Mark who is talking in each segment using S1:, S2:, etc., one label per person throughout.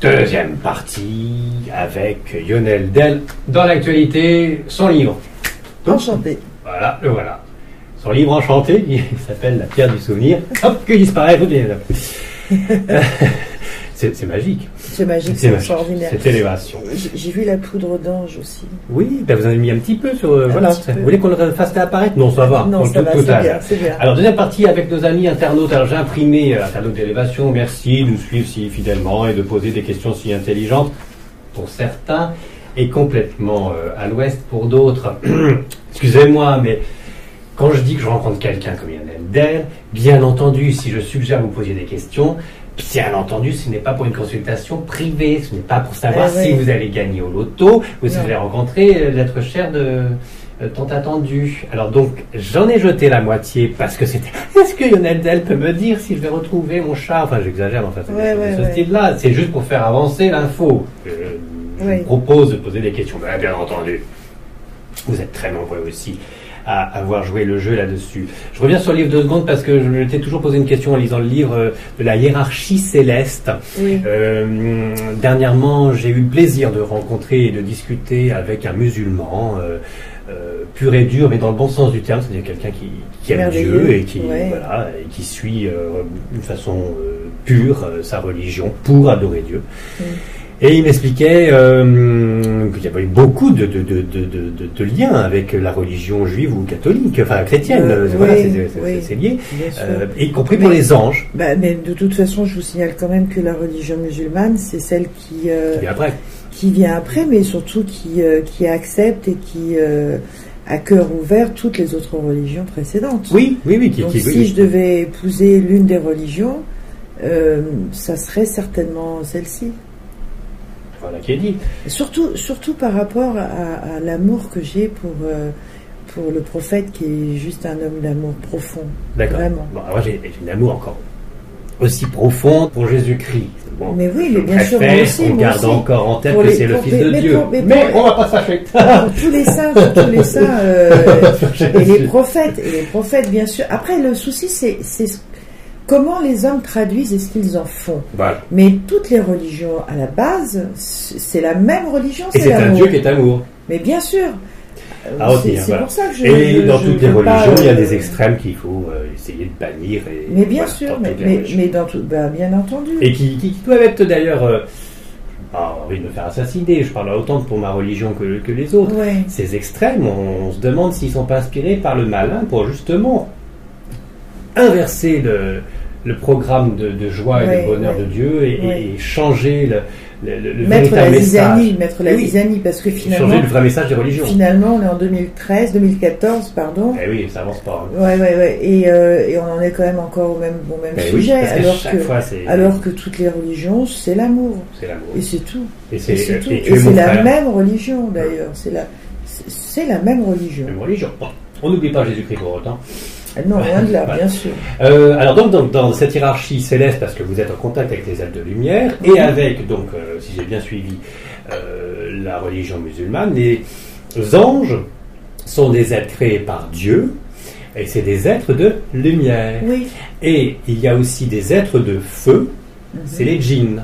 S1: Deuxième partie avec Lionel Del dans l'actualité, son livre.
S2: Enchanté.
S1: Voilà, le voilà. Son livre enchanté, il s'appelle La pierre du souvenir. Hop, que disparaît toutes les C'est c'est magique.
S2: C'est magique,
S1: C'est
S2: c'est
S1: magique.
S2: extraordinaire.
S1: Cette élévation.
S2: J'ai j'ai vu la poudre d'ange aussi.
S1: Oui, ben vous en avez mis un petit peu sur. euh, voilà.
S2: petit peu.
S1: Vous voulez qu'on le fasse apparaître Non, ça va.
S2: Non,
S1: on
S2: ça
S1: le
S2: va,
S1: tout
S2: c'est
S1: à
S2: bien,
S1: l'heure.
S2: c'est bien.
S1: Alors, deuxième partie avec nos amis internautes. Alors, j'ai imprimé euh, internautes d'élévation. Merci de nous suivre si fidèlement et de poser des questions si intelligentes pour certains et complètement euh, à l'ouest pour d'autres. Excusez-moi, mais quand je dis que je rencontre quelqu'un comme Yann Del, bien entendu, si je suggère que vous posiez des questions, bien entendu, ce n'est pas pour une consultation privée, ce n'est pas pour savoir
S2: Eh oui.
S1: si vous allez gagner au loto ou si
S2: Non.
S1: vous allez rencontrer euh, l'être cher de euh, tant attendu. Alors donc, j'en ai jeté la moitié parce que c'était. Est-ce que Lionel Del peut me dire si je vais retrouver mon chat Enfin, j'exagère, mais enfin, c'est
S2: Ouais,
S1: de
S2: ouais,
S1: ce
S2: ouais.
S1: style-là. C'est juste pour faire avancer l'info. Je, je
S2: Oui.
S1: vous propose de poser des questions. Ben, bien entendu. Vous êtes très nombreux aussi à avoir joué le jeu là-dessus. Je reviens sur le livre deux secondes parce que je m'étais toujours posé une question en lisant le livre euh, de la hiérarchie céleste.
S2: Oui.
S1: Euh, dernièrement, j'ai eu le plaisir de rencontrer et de discuter avec un musulman. euh, euh, pur et dur, mais dans le bon sens du terme, c'est-à-dire quelqu'un qui, qui aime
S2: Merveilleux,
S1: Dieu et qui,
S2: ouais.
S1: voilà, et qui suit euh, d'une façon euh, pure euh, sa religion pour adorer Dieu.
S2: Mm.
S1: Et il m'expliquait euh, qu'il y avait beaucoup de, de, de, de, de- de- de liens avec la religion juive ou catholique, enfin chrétienne,
S2: Euh,
S1: voilà,
S2: oui,
S1: c'est- c'est- c'est
S2: oui.
S1: c'est lié,
S2: Bien sûr.
S1: euh, y compris pour
S2: Mais-
S1: les anges,
S2: Bah, mais de toute façon, je vous signale quand même que la religion musulmane, c'est celle qui, euh,
S1: et après.
S2: qui vient après, mais surtout qui, euh, qui accepte et qui euh, à cœur ouvert toutes les autres religions précédentes.
S1: Oui, oui, oui, qui,
S2: Donc
S1: qui-
S2: si
S1: oui.
S2: je devais épouser l'une des religions, euh, ça serait certainement celle-ci.
S1: Voilà qui est dit.
S2: Surtout, surtout par rapport à, à l'amour que j'ai pour, euh, pour le prophète qui est juste un homme d'amour profond.
S1: D'accord.
S2: Vraiment.
S1: Bon, moi, j'ai j'ai un amour encore aussi profond pour Jésus-Christ. Bon,
S2: Mais oui,
S1: je
S2: mais bien sûr,
S1: préfère,
S2: moi aussi,
S1: on
S2: moi
S1: garde
S2: aussi.
S1: encore en tête
S2: Pour
S1: que
S2: les-
S1: c'est le
S2: pour-
S1: Fils
S2: mais-
S1: de
S2: mais
S1: Dieu.
S2: pour- mais pour-
S1: on va pas s'affecter.
S2: Pour tous les saints, pour tous les saints, euh, et les prophètes, et les prophètes, bien sûr. Après, le souci, c'est c'est ce- comment les hommes traduisent et ce qu'ils en font.
S1: Voilà.
S2: Mais toutes les religions, à la base, c'est c'est la même religion,
S1: Et
S2: c'est
S1: c'est un
S2: l'amour.
S1: Dieu qui est amour.
S2: Mais bien sûr, Euh,
S1: À
S2: c'est
S1: retenir,
S2: c'est
S1: voilà.
S2: pour ça que je.
S1: et
S2: je-
S1: dans
S2: je
S1: toutes les
S2: peux pas,
S1: religions, il y a
S2: euh,
S1: des extrêmes qu'il faut euh, essayer de bannir. Et,
S2: Mais bien
S1: voilà,
S2: sûr,
S1: dans
S2: mais,
S1: toutes les
S2: mais,
S1: religions.
S2: mais dans tout, bah, bien entendu.
S1: Et qui, qui- qui doivent être d'ailleurs. euh, j'ai pas envie de me faire assassiner, je parle autant pour ma religion que, que les autres.
S2: Ouais.
S1: Ces extrêmes, on, on se demande s'ils sont pas inspirés par le malin pour justement inverser le, le programme de, de joie et
S2: Ouais,
S1: de bonheur
S2: ouais.
S1: de Dieu et,
S2: Ouais.
S1: et changer le, le, le- le
S2: Mettre la
S1: véritable message.
S2: zizanie, mettre la
S1: Oui.
S2: zizanie, parce que
S1: Changer
S2: finalement,
S1: le vrai message des religions.
S2: finalement, on est en 2013, 2014, pardon.
S1: Eh oui, ça avance pas. hein.
S2: Ouais, ouais, ouais. Et, euh, et on en est quand même encore au même, au même
S1: Ben oui,
S2: sujet,
S1: parce qu'à
S2: alors,
S1: chaque
S2: que,
S1: fois, c'est
S2: alors que toutes les religions, c'est l'amour.
S1: c'est l'amour.
S2: Et c'est tout.
S1: Et
S2: Et
S1: c'est euh,
S2: c'est tout.
S1: et
S2: Et
S1: tu es mon
S2: c'est la
S1: frère.
S2: même religion, d'ailleurs. C'est la, c'est- c'est la même religion.
S1: Même religion. Bon, on n'oublie pas Jésus-Christ pour autant.
S2: Ah Non, loin de là,
S1: Voilà.
S2: bien sûr.
S1: Euh, alors donc dans, dans cette hiérarchie céleste, parce que vous êtes en contact avec les ailes de lumière
S2: Mhm.
S1: et avec donc, euh, si j'ai bien suivi, euh, la religion musulmane, les anges sont des êtres créés par Dieu et c'est des êtres de lumière.
S2: Oui.
S1: Et il y a aussi des êtres de feu, c'est les djinns.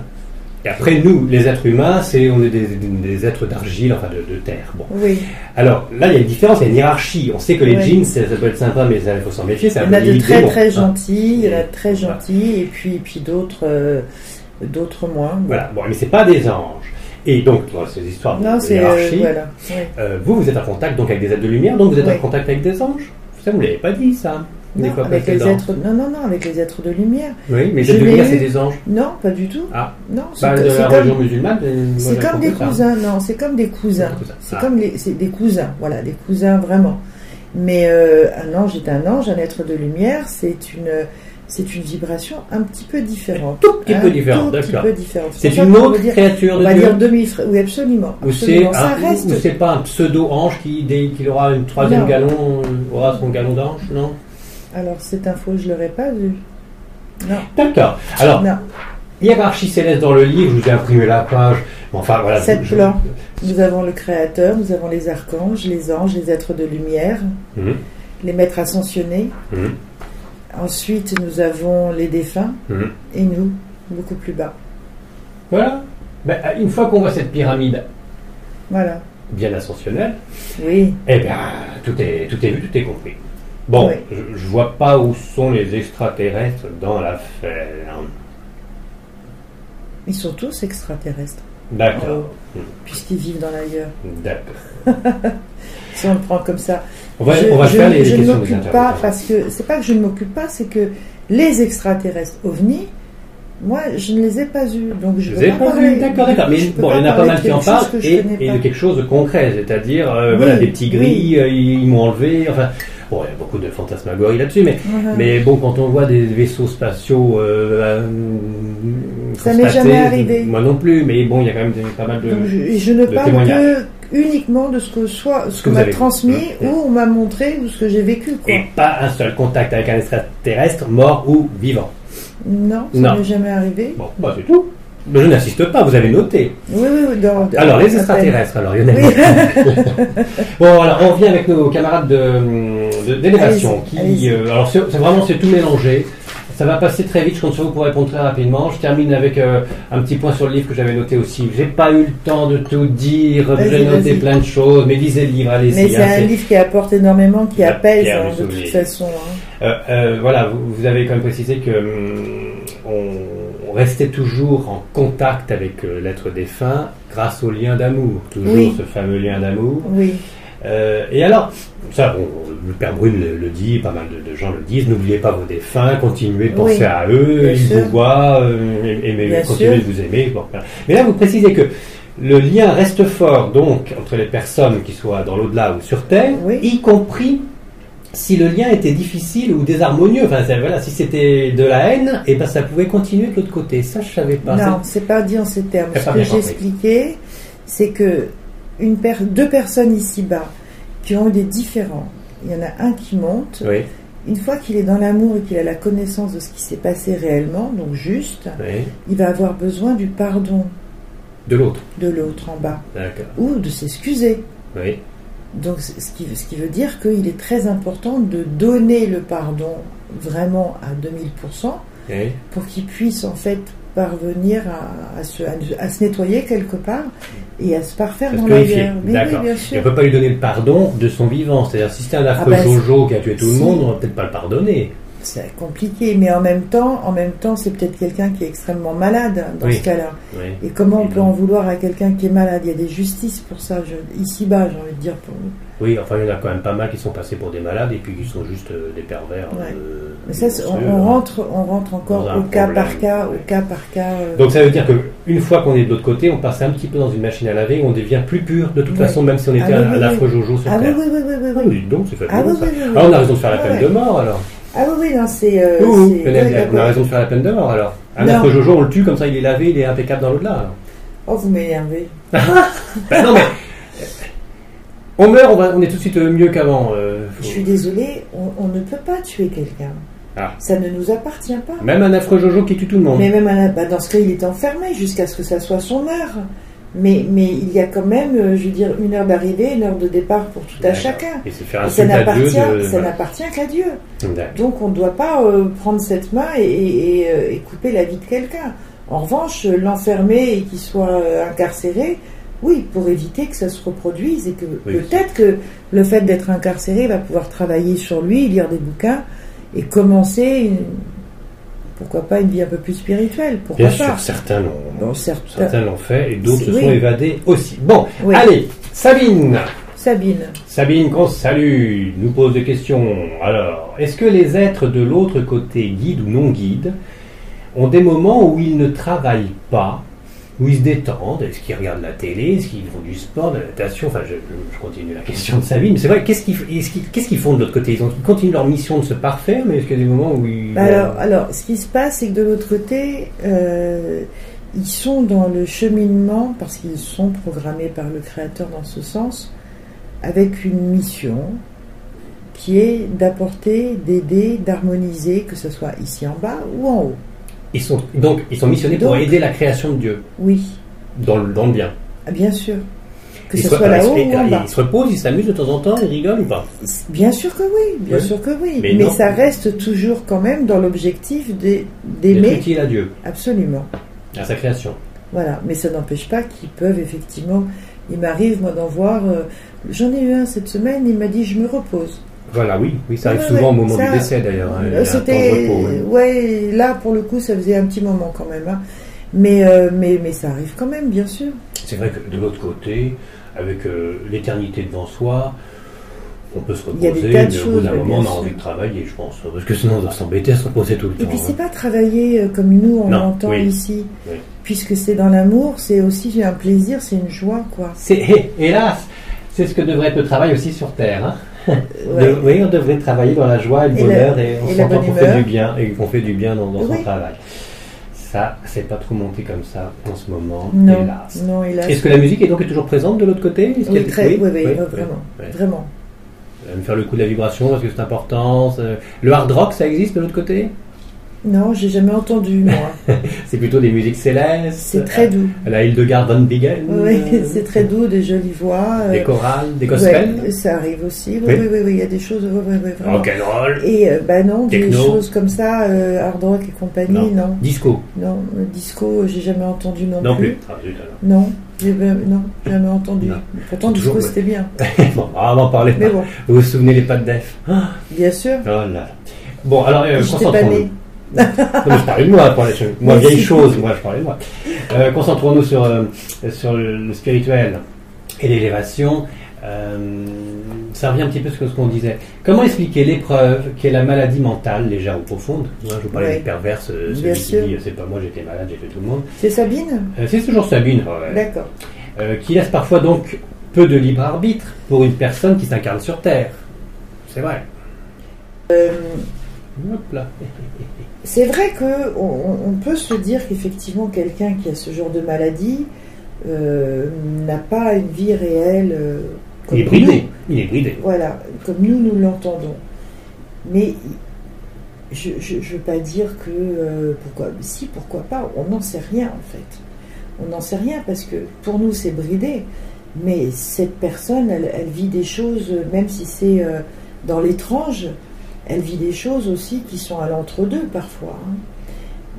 S1: Et après nous, les êtres humains, c'est on est des, des êtres d'argile, enfin de, de terre. Bon.
S2: Oui.
S1: Alors là, il y a une différence, il y a une hiérarchie. On sait que les
S2: Ouais.
S1: djinns, ça, ça peut être sympa, mais ça, il faut s'en méfier. Ça
S2: Il y en a
S1: peut
S2: de
S1: limiter,
S2: très
S1: bon,
S2: très
S1: hein.
S2: gentils, il y en a de très
S1: Voilà.
S2: gentils, et puis, et puis d'autres euh, d'autres moins.
S1: Voilà, bon, mais c'est pas des anges. Et donc, dans ces histoires de,
S2: Non,
S1: de
S2: c'est. euh,
S1: hiérarchie,
S2: voilà. Ouais.
S1: euh, vous, vous êtes en contact donc avec des êtres de lumière, donc vous êtes en
S2: Oui.
S1: contact avec des anges. Ça, vous l'avez pas dit, ça. des
S2: Non,
S1: fois
S2: avec les
S1: précédents.
S2: êtres, non, non, non, avec les êtres de lumière.
S1: Oui, mais les
S2: Je
S1: êtres de
S2: l'ai
S1: lumière,
S2: eu.
S1: c'est des anges.
S2: Non, pas du tout.
S1: Ah,
S2: Non, c'est
S1: bah, de
S2: c'est
S1: la
S2: comme-
S1: religion musulmane, euh, moi,
S2: C'est
S1: j'ai
S2: comme des
S1: compris ça.
S2: cousins, non, c'est comme des cousins.
S1: Des cousins.
S2: C'est
S1: Ah.
S2: comme les, c'est des cousins, voilà, des cousins vraiment. Mais euh, un ange est un ange, un être de lumière, c'est une, c'est une vibration un petit peu différente.
S1: Tout petit
S2: Un
S1: peu différent,
S2: tout petit
S1: d'accord.
S2: peu différente.
S1: C'est
S2: pour ça
S1: une
S2: qu'on
S1: autre
S2: veut dire-
S1: créature
S2: On
S1: de
S2: va dire
S1: Dieu.
S2: demi oui, absolument.
S1: Ou c'est
S2: absolument. Ça
S1: un- ou-
S2: reste.
S1: ou c'est pas un pseudo-ange qui, dès qu'il aura une troisième
S2: Non.
S1: galon, euh, aura son galon d'ange, non
S2: Alors cette info, je l'aurais pas vue. Non,
S1: D'accord. Alors,
S2: non.
S1: hiérarchie céleste dans le livre, je vous ai imprimé la page. Bon, Enfin, voilà.
S2: Sept
S1: je-
S2: plans. Nous avons le Créateur, nous avons les archanges, les anges, les êtres de lumière,
S1: Mhm,
S2: les maîtres ascensionnés.
S1: mhm,
S2: Ensuite, nous avons les défunts.
S1: mhm.
S2: et nous, beaucoup plus bas.
S1: Voilà. Ben, une fois qu'on voit cette pyramide
S2: Voilà.
S1: bien ascensionnelle,
S2: Oui.
S1: eh bien, tout est, tout est vu, tout est compris. Bon,
S2: Oui.
S1: je, je vois pas où sont les extraterrestres dans l'affaire.
S2: Ils sont tous extraterrestres,
S1: D'accord.
S2: Oh. puisqu'ils vivent dans l'ailleurs.
S1: D'accord.
S2: Si on le prend comme ça.
S1: On va,
S2: je,
S1: on va
S2: je-
S1: faire les
S2: je ne
S1: questions des
S2: m'occupe pas
S1: interlocuteurs.
S2: parce que c'est pas que je ne m'occupe pas, c'est que les extraterrestres ovnis, moi, je ne les ai pas eus, donc je
S1: Je
S2: ne
S1: vous ai
S2: peux pas
S1: pas
S2: parler.
S1: vu, d'accord, d'accord. Mais
S2: Je peux
S1: bon, il y en a pas
S2: parler
S1: mal
S2: de
S1: qui en
S2: quelque chose
S1: parlent
S2: que je
S1: et,
S2: connais
S1: et de
S2: pas.
S1: quelque chose de concret, c'est-à-dire euh,
S2: Oui,
S1: voilà, des petits gris,
S2: oui.
S1: euh, ils, ils m'ont enlevé. Enfin, bon, il y a beaucoup de fantasmagories là-dessus, mais,
S2: Voilà.
S1: mais bon, quand on voit des vaisseaux spatiaux, euh, euh,
S2: Ça m'est
S1: constatés,
S2: jamais arrivé.
S1: Moi non plus, mais bon, il y a quand même des- pas mal de.
S2: Donc, je, je ne
S1: de
S2: parle
S1: témoignages.
S2: que uniquement de ce que soit ce
S1: que
S2: que
S1: vous
S2: m'a
S1: avez vu.
S2: transmis
S1: Mmh.
S2: ou on m'a montré ou ce que j'ai vécu. Quoi.
S1: Et pas un seul contact avec un extraterrestre, mort ou vivant.
S2: Non, ça
S1: Non.
S2: n'est jamais arrivé.
S1: Bon, bah c'est tout. Mais Je n'insiste pas, vous avez noté.
S2: Oui, oui, oui. dans-
S1: Alors, les
S2: dans-
S1: extraterrestres, alors, il y en a
S2: Oui.
S1: Bon, voilà, on revient avec nos camarades de- de- d'élévation.
S2: Allez-y, allez-y.
S1: qui, euh, alors, c'est c'est vraiment, c'est tout mélangé. Ça va passer très vite, je compte sur vous pour répondre très rapidement. Je termine avec euh, un petit point sur le livre que j'avais noté aussi. J'ai pas eu le temps de tout dire,
S2: Vas-y,
S1: j'ai noté
S2: vas-y.
S1: plein de choses, mais lisez le livre, allez-y.
S2: Mais c'est
S1: hein,
S2: un
S1: c'est-
S2: livre qui apporte énormément, qui
S1: La
S2: apaise
S1: pierre
S2: hein,
S1: du
S2: de toute
S1: souvenir.
S2: façon. hein.
S1: Euh, euh, voilà, vous, vous avez quand même précisé que hum, on, on restait toujours en contact avec euh, l'être défunt grâce au lien d'amour, toujours
S2: Oui.
S1: ce fameux lien d'amour.
S2: Oui.
S1: Euh, et alors, ça, bon, le père Brune le, le dit, pas mal de, de gens le disent, n'oubliez pas vos défunts, continuez de penser
S2: Oui.
S1: à eux,
S2: Bien
S1: ils
S2: sûr.
S1: vous voient, euh, aimez-
S2: Bien
S1: continuez
S2: sûr.
S1: de vous aimer. bon, voilà. Mais là, vous précisez que le lien reste fort, donc, entre les personnes qui soient dans l'au-delà ou sur Terre,
S2: Oui.
S1: y compris si le lien était difficile ou désharmonieux. Enfin, ça, voilà, si c'était de la haine, et ben, ça pouvait continuer de l'autre côté. Ça, je savais pas.
S2: non, c'est pas dit en ces termes.
S1: T'as
S2: Ce
S1: pas
S2: que
S1: bien
S2: j'ai
S1: compris.
S2: expliqué, c'est que une per- deux personnes ici-bas qui ont eu des différends, il y en a un qui monte.
S1: C'est- Oui,
S2: Une fois qu'il est dans l'amour et qu'il a la connaissance de ce qui s'est passé réellement, donc juste,
S1: oui.
S2: il va avoir besoin du pardon
S1: De l'autre.
S2: de l'autre en bas
S1: D'accord.
S2: ou de s'excuser.
S1: Oui.
S2: Donc, c- ce qui, ce qui veut dire qu'il est très important de donner le pardon vraiment à 2000%
S1: oui.
S2: pour qu'il puisse en fait parvenir à, à se, à se nettoyer quelque part et à se parfaire
S1: Parce
S2: dans
S1: que
S2: la
S1: il fait-
S2: guerre. Mais oui,
S1: d'accord. Et
S2: bien
S1: on ne
S2: sûr.
S1: peut pas lui donner le pardon de son vivant. C'est-à-dire, si c'était un affreux
S2: Ah ben,
S1: Jojo qui a tué tout le
S2: si.
S1: monde, on va peut-être pas le pardonner.
S2: C'est compliqué, mais en même temps, en même temps, c'est peut-être quelqu'un qui est extrêmement malade hein, dans
S1: Oui.
S2: ce cas-là.
S1: Oui.
S2: Et comment on
S1: Et
S2: peut
S1: non.
S2: en vouloir à quelqu'un qui est malade Il y a des justices pour ça, je- ici-bas, j'ai envie de dire. Pour...
S1: Oui, enfin, il y en a quand même pas mal qui sont passés pour des malades et puis qui sont juste euh, des pervers.
S2: Ouais.
S1: euh,
S2: Mais ça, c'est- on,
S1: monstrueux,
S2: on
S1: hein.
S2: rentre, on rentre encore
S1: Dans un
S2: au cas
S1: problème,
S2: par cas,
S1: oui.
S2: au cas par cas. euh,
S1: Donc ça veut dire qu'une fois qu'on est de l'autre côté, on passe un petit peu dans une machine à laver, on devient plus pur de toute
S2: Oui.
S1: façon, même si on était
S2: Ah oui,
S1: un,
S2: oui,
S1: un
S2: oui.
S1: affreux Jojo sur
S2: ah oui,
S1: Terre.
S2: oui, oui, oui, oui,
S1: Ah
S2: oui.
S1: oui, donc c'est fabuleux
S2: Ah oui,
S1: ça.
S2: oui, oui, oui.
S1: Ah, on a raison de faire la
S2: Ah
S1: peine
S2: ouais.
S1: de mort alors.
S2: Ah oui, oui, non, c'est. euh,
S1: Oui, oui,
S2: c'est-
S1: on a- on
S2: ouais,
S1: a
S2: d'accord.
S1: raison de faire la peine de mort alors. Un
S2: Non.
S1: affreux Jojo, on le tue comme ça, il est lavé, il est impeccable dans l'au-delà. alors.
S2: Oh, vous m'énervez.
S1: Ben non, mais. On meurt, on, va- on est tout de suite euh, mieux qu'avant. euh, faut-
S2: Je suis désolée, on, on ne peut pas tuer quelqu'un.
S1: Ah.
S2: Ça ne nous appartient pas.
S1: Même un affreux Jojo qui tue tout le monde.
S2: Mais même un- bah, dans ce cas, il est enfermé jusqu'à ce que ça soit son heure. Mais, mais il y a quand même, euh, je veux dire, une heure d'arrivée, une heure de départ pour tout à
S1: D'accord.
S2: chacun.
S1: Et c'est faire
S2: Et
S1: un
S2: ça
S1: culte à Dieu
S2: n'appartient,
S1: de.
S2: ça n'appartient qu'à Dieu.
S1: D'accord.
S2: Donc on ne doit pas euh, prendre cette main et, et- et, euh, et couper la vie de quelqu'un. En revanche, euh, l'enfermer et qu'il soit euh, incarcéré, oui, pour éviter que ça se reproduise et que peut-être que le fait d'être incarcéré va pouvoir travailler sur lui, lire des bouquins et commencer, une- pourquoi pas, une vie un peu plus spirituelle. Pourquoi
S1: Bien
S2: pas
S1: sûr, certains l'ont.
S2: Bon, certes,
S1: Certains l'ont fait et d'autres se
S2: Oui.
S1: sont évadés aussi. Bon,
S2: Oui.
S1: allez, Sabine
S2: Sabine,
S1: Sabine qu'on salue, nous pose des questions. Alors, est-ce que les êtres de l'autre côté, guides ou non guides, ont des moments où ils ne travaillent pas, où ils se détendent Est-ce qu'ils regardent la télé Est-ce qu'ils font du sport, de la natation Enfin, je, je continue la question de Sabine. Mais c'est vrai, qu'est-ce qu'ils est-ce qu'ils- qu'est-ce qu'ils font de l'autre côté ils, ont- ils continuent leur mission de se parfaire, mais est-ce qu'il y a des moments où ils... euh,
S2: Bah Alors, alors, ce qui se passe, c'est que de l'autre côté, euh, ils sont dans le cheminement, parce qu'ils sont programmés par le Créateur dans ce sens, avec une mission qui est d'apporter, d'aider, d'harmoniser, que ce soit ici en bas ou en haut.
S1: Ils sont, donc, ils sont missionnés pour
S2: Donc-
S1: aider la création de Dieu,
S2: Oui,
S1: dans le, dans le bien.
S2: ah, bien sûr. Que
S1: Ils
S2: ce
S1: se-
S2: soit là-haut
S1: ils-
S2: ou en
S1: ils-
S2: bas.
S1: Ils se reposent, ils s'amusent de temps en temps, ils rigolent ou pas
S2: Bien sûr que oui, bien
S1: Oui.
S2: sûr que oui.
S1: Mais
S2: Mais,
S1: non.
S2: ça reste toujours quand même dans l'objectif d'ai-
S1: D'être
S2: d'aimer.
S1: utile à Dieu,
S2: Absolument.
S1: à sa création.
S2: Voilà, mais ça n'empêche pas qu'ils peuvent effectivement. Il m'arrive, moi, d'en voir. euh, J'en ai eu un cette semaine, il m'a dit je me repose.
S1: Voilà, oui, oui, ça
S2: Ouais,
S1: arrive
S2: ouais,
S1: souvent au moment
S2: ça-
S1: du décès d'ailleurs. hein, il y a un temps de
S2: C'était.
S1: repos, ouais.
S2: Ouais, là, pour le coup, ça faisait un petit moment quand même. hein. Mais, euh, mais, mais ça arrive quand même, bien sûr.
S1: C'est vrai que de l'autre côté, avec euh, l'éternité devant soi, on peut se
S2: Il y
S1: reposer,
S2: a des tas
S1: mais
S2: de
S1: au bout
S2: choses,
S1: d'un
S2: bien
S1: moment, on a
S2: sûr.
S1: envie de travailler, je pense. Parce que sinon, on va s'embêter à se reposer tout le
S2: Et
S1: temps.
S2: puis c'est
S1: hein.
S2: pas travailler euh, comme nous on
S1: Non,
S2: l'entend
S1: oui.
S2: ici,
S1: Oui.
S2: puisque c'est dans l'amour, c'est aussi un plaisir, c'est une joie quoi.
S1: C'est, hé, hélas, c'est ce que devrait être le travail aussi sur Terre. hein.
S2: Euh, ouais.
S1: De- oui, on devrait travailler dans la joie et le
S2: Et la-
S1: bonheur et on
S2: et la
S1: s'entend
S2: bonne
S1: qu'on fait
S2: humeur.
S1: du bien et qu'on fait du bien dans, dans son
S2: Oui.
S1: travail. Ça, c'est pas trop monté comme ça en ce moment,
S2: Non,
S1: hélas.
S2: non, hélas.
S1: Est-ce que la musique est donc toujours présente de l'autre côté Est-ce
S2: Oui,
S1: qu'elle-
S2: très, oui, oui,
S1: oui,
S2: non,
S1: oui,
S2: vraiment,
S1: oui.
S2: vraiment.
S1: Elle va me faire le coup de la vibration parce que c'est important. c'est- Le hard rock, ça existe de l'autre côté
S2: Non, j'ai jamais entendu moi.
S1: C'est plutôt des musiques célestes.
S2: C'est très doux.
S1: À La Hildegard von Bingen.
S2: Oui,
S1: euh,
S2: c'est très doux, des jolies voix. euh,
S1: Des chorales, des gospels.
S2: ouais, ça arrive aussi. Oui,
S1: Oui.
S2: oui, oui, oui, il y a des choses. Oui, oui, oui, vraiment.
S1: Rock'n'roll.
S2: Et euh, bah non, des
S1: Techno.
S2: choses comme ça, euh, hard rock et compagnie, non,
S1: Disco.
S2: non, le disco, euh, j'ai jamais entendu non,
S1: Non plus. Ah, zut, alors.
S2: Non, j'ai non, jamais entendu.
S1: Non.
S2: Pourtant, du
S1: Toujours,
S2: coup,
S1: ouais.
S2: c'était bien.
S1: bon, ah, on va en parler.
S2: Mais bon,
S1: Vous vous souvenez les pattes d'Ef
S2: bien sûr,
S1: Oh là là. Bon, alors, euh,
S2: j'étais pas
S1: concentrons-nous.
S2: née.
S1: Non, Ah, mais je parlais de moi, pour la- je- moi
S2: Mais
S1: vieille
S2: si.
S1: chose, moi je parlais de moi. Euh, Concentrons-nous sur, euh, sur le spirituel et l'élévation. Euh, ça revient un petit peu sur ce qu'on disait. Comment expliquer l'épreuve qu'est la maladie mentale légère ou profonde Hein, Je vous parlais
S2: Ouais.
S1: du pervers, euh, celui
S2: Bien
S1: qui
S2: sûr.
S1: dit euh, c'est pas moi, j'étais malade, j'ai fait tout le monde.
S2: C'est Sabine
S1: Euh, c'est toujours Sabine, ouais.
S2: D'accord.
S1: Euh, qui laisse parfois donc peu de libre arbitre pour une personne qui s'incarne sur Terre. C'est vrai.
S2: Euh,
S1: Hop là.
S2: c'est vrai que on- on, on peut se dire qu'effectivement, quelqu'un qui a ce genre de maladie euh, n'a pas une vie réelle. euh, comme
S1: Il est
S2: nous.
S1: bridé. Il est bridé.
S2: Voilà, comme nous, nous l'entendons. Mais je ne veux pas dire que... euh, pourquoi Si, pourquoi pas On n'en sait rien, en fait. On n'en sait rien, parce que pour nous, c'est bridé. Mais cette personne, elle, elle vit des choses, euh, même si c'est euh, dans l'étrange, elle vit des choses aussi qui sont à l'entre-deux, parfois. hein.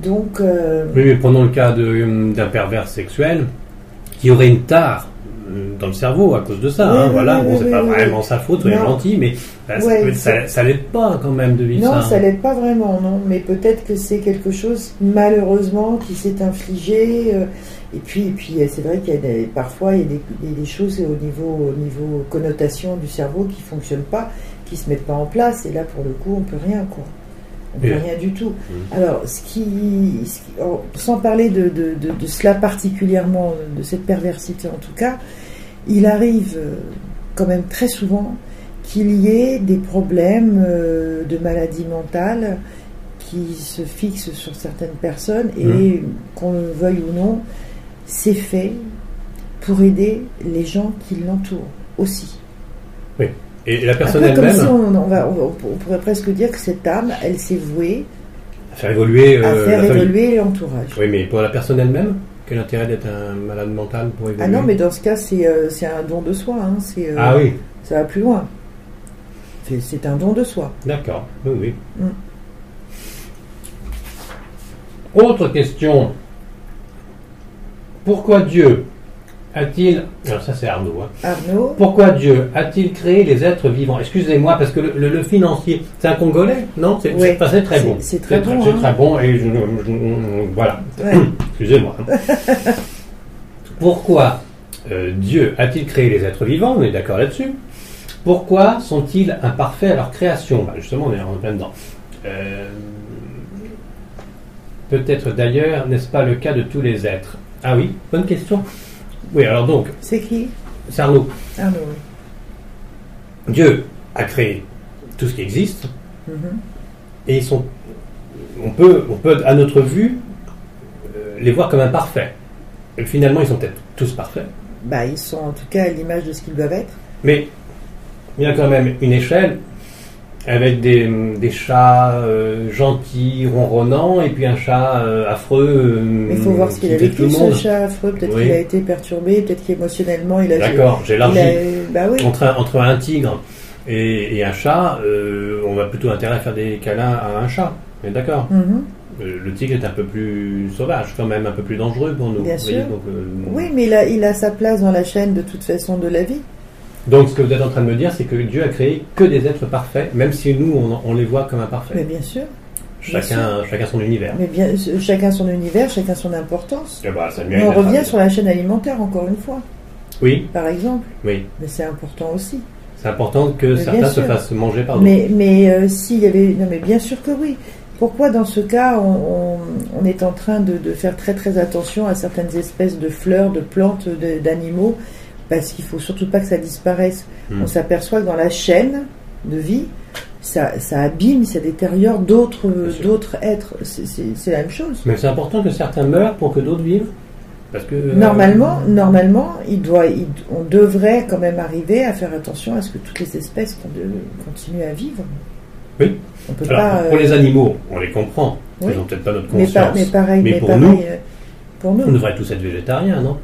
S2: Donc... euh,
S1: Oui, mais prenons le cas de- d'un pervers sexuel qui aurait une tare euh, dans le cerveau à cause de ça.
S2: Oui,
S1: hein,
S2: oui,
S1: voilà,
S2: oui,
S1: bon,
S2: oui,
S1: c'est
S2: oui,
S1: pas
S2: oui.
S1: vraiment sa faute, soyons
S2: Non.
S1: gentils, mais bah, ça
S2: Ouais,
S1: peut être- ça, ça l'aide pas quand même de vivre
S2: Non,
S1: ça. hein.
S2: ça l'aide pas vraiment, non. Mais peut-être que c'est quelque chose, malheureusement, qui s'est infligé. euh, et puis, et puis euh, c'est vrai qu'il y a des- parfois il y a des, des- des choses euh, au niveau, au niveau connotation du cerveau qui fonctionnent pas, qui se mettent pas en place. Et là, pour le coup, on peut rien, quoi. On peut
S1: Oui.
S2: rien du tout.
S1: Mhm.
S2: Alors, ce qui, ce qui- en- sans parler de, de- de- de cela particulièrement, de cette perversité en tout cas, il arrive euh, quand même très souvent qu'il y ait des problèmes euh, de maladie mentale qui se fixent sur certaines personnes et
S1: Mmh.
S2: qu'on le veuille ou non, c'est fait pour aider les gens qui l'entourent aussi.
S1: Et la
S2: Un
S1: personne
S2: peu comme
S1: elle-même,
S2: si on, on va- on- on pourrait presque dire que cette âme, elle s'est vouée
S1: faire évoluer euh,
S2: à faire
S1: la famille.
S2: évoluer l'entourage.
S1: Oui, mais pour la personne elle-même, quel intérêt d'être un malade mental pour évoluer
S2: Ah non, mais dans ce cas, c'est euh, c'est un don de soi. hein, c'est, euh,
S1: Ah oui,
S2: Ça va plus loin. C'est- C'est un don de soi.
S1: d'accord. Oui, oui.
S2: Mm.
S1: Autre question. Pourquoi Dieu a-t-il... Alors ça c'est Arnaud, hein.
S2: Arnaud,
S1: Pourquoi Dieu a-t-il créé les êtres vivants Excusez-moi, parce que le, le- le financier, c'est un Congolais, non C'est
S2: Ouais.
S1: enfin, c'est très
S2: C'est-
S1: bon.
S2: c'est très bon,
S1: C'est
S2: hein.
S1: très bon, et je- je- je- voilà.
S2: ouais.
S1: Excusez-moi. hein. Pourquoi euh, Dieu a-t-il créé les êtres vivants On est d'accord là-dessus. Pourquoi sont-ils imparfaits à leur création Bah, Justement, on est en plein dedans. Euh, Peut-être d'ailleurs, n'est-ce pas le cas de tous les êtres Ah oui, bonne question. Oui, alors donc,
S2: c'est qui
S1: c'est Arnaud.
S2: Arnaud, Ah, oui.
S1: Dieu a créé tout ce qui existe
S2: Mhm.
S1: et ils sont, on peut, on peut à notre vue euh, les voir comme imparfaits. Et finalement, ils sont peut-être tous parfaits,
S2: Bah, ils sont en tout cas à l'image de ce qu'ils doivent être.
S1: mais il y a quand même une échelle avec des, des chats euh, gentils, ronronnants, et puis un chat euh, affreux. euh,
S2: Mais il faut voir ce qu'il a
S1: qui tue tout
S2: vécu,
S1: le
S2: ce
S1: monde.
S2: chat affreux. Peut-être
S1: Oui.
S2: qu'il a été perturbé, peut-être qu'émotionnellement il a.
S1: D'accord, j'ai
S2: il a-
S1: largi.
S2: Bah oui.
S1: Entre, un, entre un tigre et, et un chat, euh, on va plutôt intérêt à faire des câlins à un chat. On est d'accord
S2: Mhm.
S1: euh, le tigre est un peu plus sauvage, quand même, un peu plus dangereux pour nous.
S2: Bien
S1: Vous voyez,
S2: sûr.
S1: donc, euh,
S2: Oui, mais il a, il a sa place dans la chaîne de toute façon de la vie.
S1: donc, ce que vous êtes en train de me dire, c'est que Dieu a créé que des êtres parfaits, même si nous, on, on les voit comme
S2: Mais
S1: imparfaits.
S2: bien sûr. bien
S1: Chacun, chacun son univers.
S2: Mais bien, euh, chacun son univers, chacun son importance.
S1: Eh ben, ça
S2: Mais
S1: mérite
S2: on
S1: d'être
S2: revient
S1: rappelé.
S2: sur la chaîne alimentaire, encore une fois,
S1: Oui,
S2: par exemple.
S1: oui.
S2: Mais c'est important aussi.
S1: C'est important que
S2: Mais
S1: certains
S2: bien
S1: se
S2: sûr.
S1: fassent manger par d'autres.
S2: Mais, mais euh, s'il y avait. Non, mais bien sûr que oui. Pourquoi, dans ce cas, on, on- on est en train de, de faire très très attention à certaines espèces de fleurs, de plantes, de- d'animaux Parce qu'il faut surtout pas que ça disparaisse.
S1: Hmm.
S2: On s'aperçoit que dans la chaîne de vie, ça, ça abîme, ça détériore d'autres
S1: Bien sûr.
S2: d'autres êtres. C'est- C'est c'est la même chose.
S1: Mais c'est important que certains meurent pour que d'autres vivent. Parce que. euh,
S2: Normalement, normalement, il doit, il- on devrait quand même arriver à faire attention à ce que toutes les espèces con- de- continuent à vivre.
S1: Oui.
S2: On peut
S1: Alors,
S2: pas.
S1: pour
S2: euh,
S1: les animaux, on les comprend.
S2: oui.
S1: Ils n'ont peut-être pas notre
S2: mais,
S1: conscience.
S2: pas- mais pareil,
S1: Mais
S2: mais,
S1: pour
S2: pareil,
S1: nous-
S2: euh, pour nous,
S1: On devrait tous être végétariens, non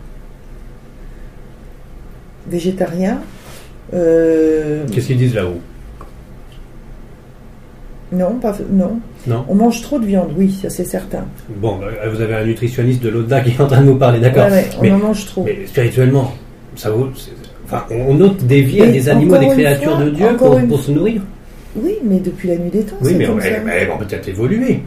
S2: végétariens, euh,
S1: Qu'est-ce qu'ils disent là-haut
S2: non, pas, non,
S1: Non.
S2: on mange trop de viande, oui, ça c'est certain.
S1: Bon, bah, vous avez un nutritionniste de l'ODA qui est en train de nous parler, d'accord
S2: Ouais, ouais, on
S1: mais,
S2: en mange trop.
S1: mais spirituellement, ça vaut. c'est- Enfin, on ôte des vies à
S2: Mais
S1: des animaux,
S2: encore
S1: des
S2: une
S1: créatures
S2: fois,
S1: de Dieu
S2: encore
S1: pour,
S2: une
S1: pour se nourrir.
S2: Oui, mais depuis la nuit des temps,
S1: Oui,
S2: c'est
S1: mais,
S2: comme
S1: ouais,
S2: ça.
S1: mais on peut peut-être évoluer.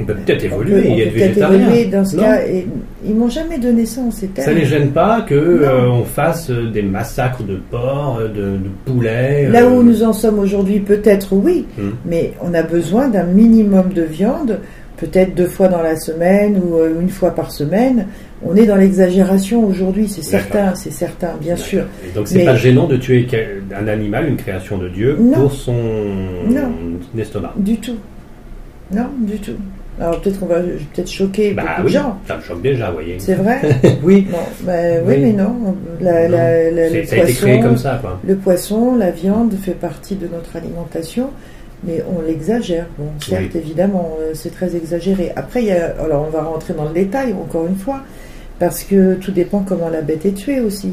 S1: On peut peut-être
S2: On peut-
S1: évoluer
S2: on
S1: et
S2: peut
S1: être
S2: peut-être
S1: végétarien.
S2: évoluer dans ce
S1: Non
S2: cas. Et, ils m'ont jamais donné ça en ces
S1: Ça
S2: termes.
S1: ne les gêne pas que
S2: Non.
S1: euh, on fasse euh, des massacres de porcs, euh, de, de poulets.
S2: Là
S1: euh,
S2: où nous en sommes aujourd'hui, peut-être oui,
S1: Hmm.
S2: mais on a besoin d'un minimum de viande, peut-être deux fois dans la semaine ou euh, une fois par semaine. On est dans l'exagération aujourd'hui, c'est
S1: D'accord.
S2: certain, c'est certain, bien sûr.
S1: Et donc c'est
S2: Mais-
S1: pas gênant de tuer quel- un animal, une création de Dieu,
S2: Non.
S1: pour son
S2: Non.
S1: estomac.
S2: Du tout. Non, du tout. Alors peut-être qu'on va je vais peut-être choquer
S1: Bah
S2: beaucoup
S1: oui,
S2: de gens.
S1: ça me choque déjà, vous voyez.
S2: C'est vrai
S1: Oui,
S2: Non, bah, oui,
S1: Oui.
S2: mais non. La-
S1: Non.
S2: la- la-
S1: c'est-
S2: le
S1: ça a été
S2: poisson-
S1: créé comme ça, quoi.
S2: Le poisson, la viande fait partie de notre alimentation, mais on l'exagère. Bon, certes, évidemment, euh, c'est très exagéré. Après, il y a, alors on va rentrer dans le détail encore une fois, parce que tout dépend comment la bête est tuée aussi.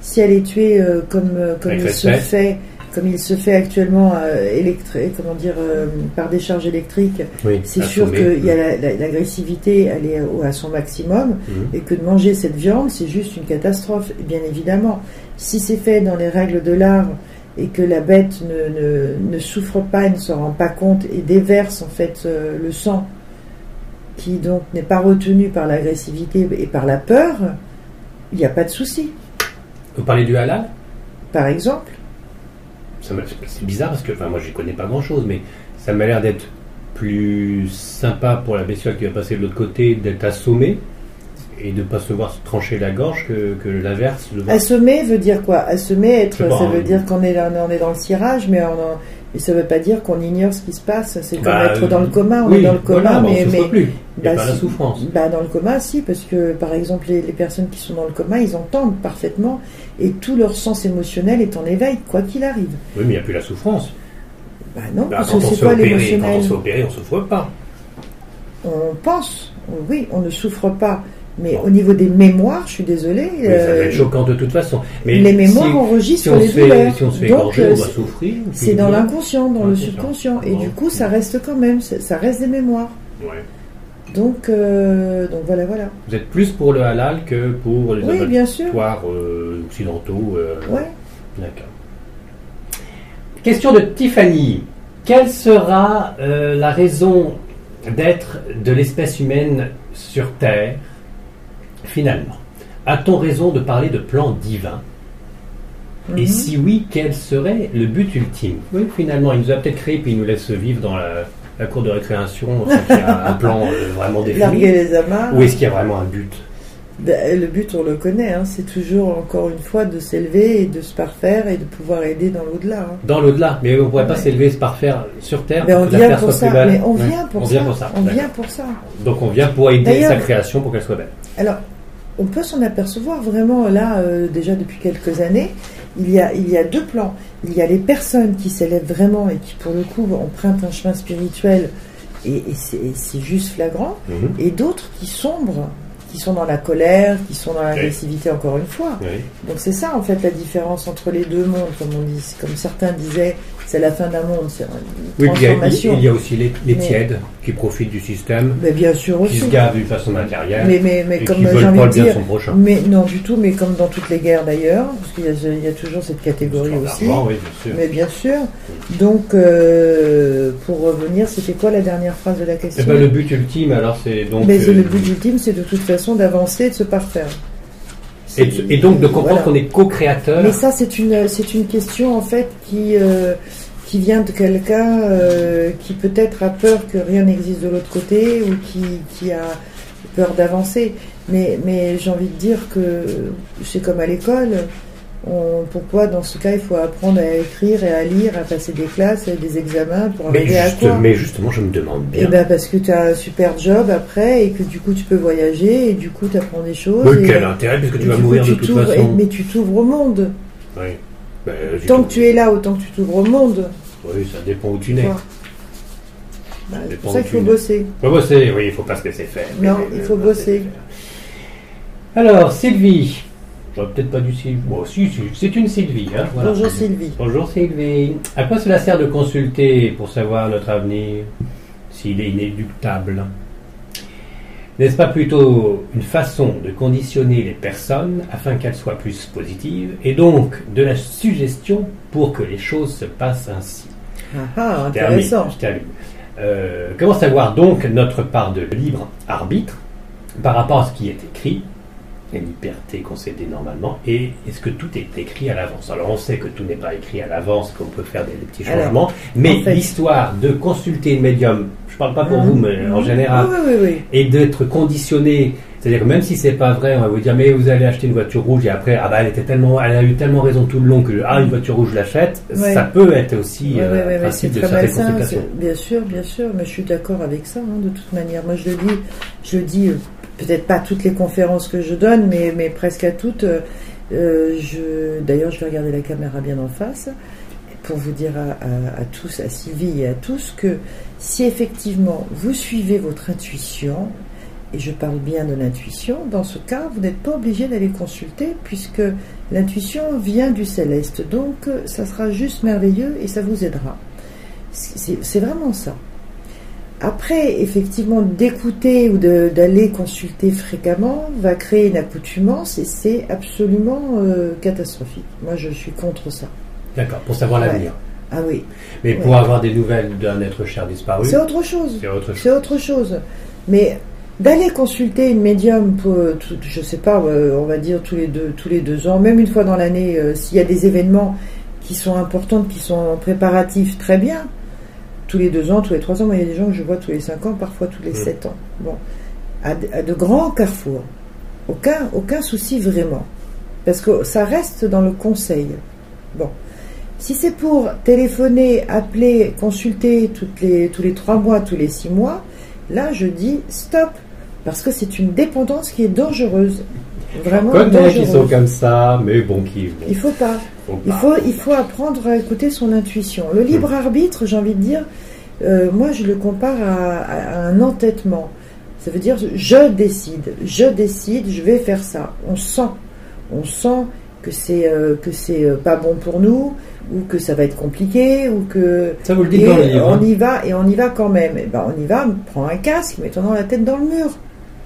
S2: Si elle est tuée euh, comme, euh, comme
S1: Avec
S2: il se
S1: respect.
S2: fait, comme il se fait actuellement, euh, électri- comment dire, euh, par décharge électrique,
S1: Oui,
S2: c'est
S1: à
S2: sûr
S1: sauver.
S2: qu'il y a la- la- l'agressivité, elle est au- à son maximum
S1: Mhm.
S2: et que de manger cette viande, c'est juste une catastrophe, bien évidemment. Si c'est fait dans les règles de l'art et que la bête ne, ne- ne souffre pas et ne s'en rend pas compte et déverse en fait euh, le sang, qui donc n'est pas retenu par l'agressivité et par la peur, il n'y a pas de souci.
S1: Vous parlez du halal
S2: Par exemple,
S1: Ça m'a- C'est bizarre parce que, enfin, moi, j'y connais pas grand-chose, mais ça m'a l'air d'être plus sympa pour la bestiole qui va passer de l'autre côté, d'être assommée et de pas se voir se trancher la gorge que, que l'inverse. de voir-
S2: assommer veut dire quoi Assommer, être,
S1: Je sais pas,
S2: ça
S1: hein.
S2: veut dire qu'on est, là- on est dans le cirage, mais on en- mais ça ne veut pas dire qu'on ignore ce qui se passe. C'est comme
S1: Bah,
S2: être dans le coma, on
S1: oui,
S2: est dans le coma,
S1: voilà, bah, on
S2: mais-
S1: souffre
S2: mais
S1: plus. Il n'y a
S2: Bah,
S1: pas la
S2: si.
S1: souffrance.
S2: Bah, dans le coma, si, parce que par exemple, les, les personnes qui sont dans le coma, ils entendent parfaitement et tout leur sens émotionnel est en éveil, quoi qu'il arrive.
S1: Oui, mais il n'y a plus la souffrance.
S2: Bah non,
S1: Bah,
S2: parce
S1: quand,
S2: que
S1: on
S2: c'est
S1: se
S2: quoi
S1: fait opérer, quand on
S2: l'émotionnel
S1: se fait opérer, on ne souffre pas.
S2: On pense, oui, on ne souffre pas, mais au niveau des mémoires, je suis désolée,
S1: Mais ça va
S2: euh,
S1: être choquant de toute façon. Mais
S2: les mémoires
S1: si- si,
S2: enregistrent
S1: on
S2: les
S1: se fait,
S2: douleurs.
S1: si on se fait
S2: Donc,
S1: égorger,
S2: euh,
S1: on va souffrir.
S2: c'est
S1: puis-
S2: dans l'inconscient, dans le
S1: Inconscient.
S2: subconscient, et du coup, ça reste quand même, ça ça reste des mémoires.
S1: Ouais.
S2: Donc, euh, donc voilà, voilà.
S1: Vous êtes plus pour le halal que pour les
S2: Oui, bien sûr.
S1: abattoirs euh, occidentaux. euh,
S2: Ouais.
S1: D'accord. Question de Tiffany. Quelle sera euh, la raison d'être de l'espèce humaine sur Terre, finalement A-t-on raison de parler de plan divin Et
S2: Mhm.
S1: si oui, quel serait le but ultime Oui, finalement, il nous a peut-être créé, puis il nous laisse vivre dans la, la cour de récréation, sans qu'il y ait un, un plan euh, vraiment
S2: Larguer
S1: défini.
S2: les amarres.
S1: Ou est-ce qu'il y a vraiment un but
S2: Ben, Le but, on le connaît, hein, c'est toujours encore une fois de s'élever et de se parfaire et de pouvoir aider dans l'au-delà. hein.
S1: Dans l'au-delà, mais on ne pourrait pas
S2: Ouais.
S1: s'élever se parfaire sur Terre
S2: Mais on
S1: Ah, que la
S2: vient
S1: Terre
S2: pour
S1: soit plus
S2: ça,
S1: belle.
S2: mais on
S1: Ouais.
S2: vient pour
S1: on
S2: ça,
S1: vient pour ça.
S2: on
S1: d'accord.
S2: vient pour ça.
S1: Donc on vient pour aider
S2: D'ailleurs-
S1: sa création pour qu'elle soit belle.
S2: Alors, on peut s'en apercevoir vraiment là, euh, déjà depuis quelques années, il y, a, il y a deux plans. Il y a les personnes qui s'élèvent vraiment et qui, pour le coup, empruntent un chemin spirituel et, et c'est- et c'est juste flagrant.
S1: Mhm.
S2: Et d'autres qui sombrent, qui sont dans la colère, qui sont dans l'agressivité encore une fois.
S1: Oui.
S2: Donc c'est ça en fait la différence entre les deux mondes, comme on dit, comme certains disaient, c'est la fin d'un monde, c'est une
S1: Oui, puis il y a-
S2: transformation.
S1: il y a aussi les, les
S2: Mais-
S1: tièdes qui profitent du système,
S2: Mais bien sûr
S1: qui
S2: aussi.
S1: se gavent d'une façon matérielle
S2: Mais, mais, mais
S1: et
S2: comme
S1: qui
S2: j'ai
S1: veulent
S2: envie
S1: pas
S2: de
S1: le bien de
S2: dire,
S1: son prochain.
S2: mais non du tout, mais comme dans toutes les guerres d'ailleurs, parce qu'il y, a- il y a toujours cette catégorie aussi.
S1: Standardement, oui, bien sûr.
S2: Mais bien sûr. Donc, euh, pour revenir, c'était quoi la dernière phrase de la
S1: Eh
S2: question
S1: ben, le but ultime, alors, c'est donc.
S2: Mais
S1: euh,
S2: le but ultime, c'est de toute façon d'avancer et de se parfaire.
S1: et, de- et donc de comprendre
S2: Voilà.
S1: qu'on est co-créateur.
S2: Mais ça, c'est une, c'est une question en fait qui, euh, qui vient de quelqu'un euh, qui peut-être a peur que rien n'existe de l'autre côté ou qui, qui a peur d'avancer. Mais, mais j'ai envie de dire que c'est comme à l'école. On- pourquoi dans ce cas il faut apprendre à écrire et à lire, à passer des classes et des examens pour
S1: Mais
S2: arriver à
S1: juste-
S2: quoi
S1: mais justement, je me demande
S2: Eh
S1: bien.
S2: ben, parce que tu as un super job après et que du coup tu peux voyager et du coup tu apprends des choses.
S1: Mais
S2: et-
S1: quel intérêt, puisque
S2: et
S1: tu vas
S2: du
S1: mourir
S2: coup,
S1: de
S2: tu
S1: toute
S2: t'ouvres-
S1: façon.
S2: Mais tu t'ouvres au monde.
S1: Oui. Ben, j'y
S2: Tant
S1: trouve-
S2: que tu es là, autant que tu t'ouvres au monde.
S1: Oui, ça dépend où tu nais.
S2: Voilà. Bah, c'est
S1: dépend
S2: pour ça qu'il faut
S1: du-
S2: bosser.
S1: Faut bosser, oui, il faut pas se laisser faire.
S2: Non,
S1: Mais-
S2: il
S1: mais-
S2: faut
S1: mais-
S2: bosser.
S1: Alors, Sylvie. J'aurais peut-être pas dû Sylvie. Bon, si, si, c'est une Sylvie. Hein, voilà.
S2: Bonjour Sylvie.
S1: Bonjour Sylvie. À quoi cela sert de consulter pour savoir notre avenir, s'il est inéluctable N'est-ce pas plutôt une façon de conditionner les personnes afin qu'elles soient plus positives et donc de la suggestion pour que les choses se passent ainsi
S2: Ah, ah,
S1: Je termine,
S2: intéressant.
S1: je termine. Euh, comment savoir donc notre part de libre arbitre par rapport à ce qui est écrit, les libertés concédées normalement, et est-ce que tout est écrit à l'avance Alors on sait que tout n'est pas écrit à l'avance, qu'on peut faire des, des petits
S2: Alors,
S1: changements, mais
S2: en fait-
S1: l'histoire de consulter le médium, je parle pas pour
S2: Mhm.
S1: vous, mais en général,
S2: Oui, oui, oui.
S1: et d'être conditionné. C'est-à-dire que même si c'est pas vrai, on va vous dire mais vous allez acheter une voiture rouge et après ah bah elle était tellement, elle a eu tellement raison tout le long que ah une voiture rouge je l'achète.
S2: Ouais.
S1: Ça peut être aussi
S2: Ouais,
S1: euh,
S2: ouais, ouais,
S1: un
S2: ouais, c'est
S1: principe de
S2: très
S1: certaines
S2: malsain.
S1: consultations.
S2: c'est- Bien sûr, bien sûr, mais je suis d'accord avec ça, hein, de toute manière. Moi, je le dis, je le dis euh, peut-être pas à toutes les conférences que je donne, mais, mais presque à toutes. euh, euh, je, d'ailleurs, je vais regarder la caméra bien en face pour vous dire à, à- à tous, à Sylvie et à tous, que si effectivement vous suivez votre intuition, et je parle bien de l'intuition, dans ce cas, vous n'êtes pas obligé d'aller consulter puisque L'intuition vient du céleste, donc euh, ça sera juste merveilleux et ça vous aidera. C'est- C'est c'est vraiment ça. Après, effectivement, d'écouter ou de- d'aller consulter fréquemment va créer une accoutumance et c'est absolument euh, catastrophique. Moi, je suis contre ça.
S1: D'accord, pour savoir l'avenir.
S2: Ah oui,
S1: Mais
S2: Ouais.
S1: pour avoir des nouvelles d'un être cher disparu,
S2: c'est autre chose.
S1: c'est autre chose.
S2: C'est autre chose. Mais d'aller consulter une médium, pour, euh, tout- je sais pas, euh, on va dire tous les deux, tous les deux ans, même une fois dans l'année, euh, s'il y a des événements qui sont importants, qui sont préparatifs, très bien. Tous les deux ans, tous les trois ans, moi, il y a des gens que je vois tous les cinq ans, parfois tous les
S1: Mm.
S2: sept ans. Bon, à, de- à de grands carrefours. Aucun, aucun souci vraiment, parce que ça reste dans le conseil. Bon, si c'est pour téléphoner, appeler, consulter toutes les, tous les trois mois, tous les six mois, là je dis stop, parce que c'est une dépendance qui est dangereuse. Vraiment
S1: Comme des qui sont
S2: dangereuse.
S1: comme ça, mais bon, qui. bon,
S2: Il faut pas.
S1: faut
S2: Il
S1: pas.
S2: faut, il faut apprendre à écouter son intuition. Le libre
S1: Hmm.
S2: arbitre, j'ai envie de dire, euh, moi je le compare à, à- à un entêtement. Ça veut dire je décide, je décide, je vais faire ça. On sent, on sent que c'est euh, que c'est euh, pas bon pour nous ou que ça va être compliqué ou que
S1: Ça, vous le dites
S2: et
S1: dans le livre.
S2: on
S1: hein.
S2: y va et on y va quand même. Et ben on y va, on prend un casque, mettons la tête dans le mur.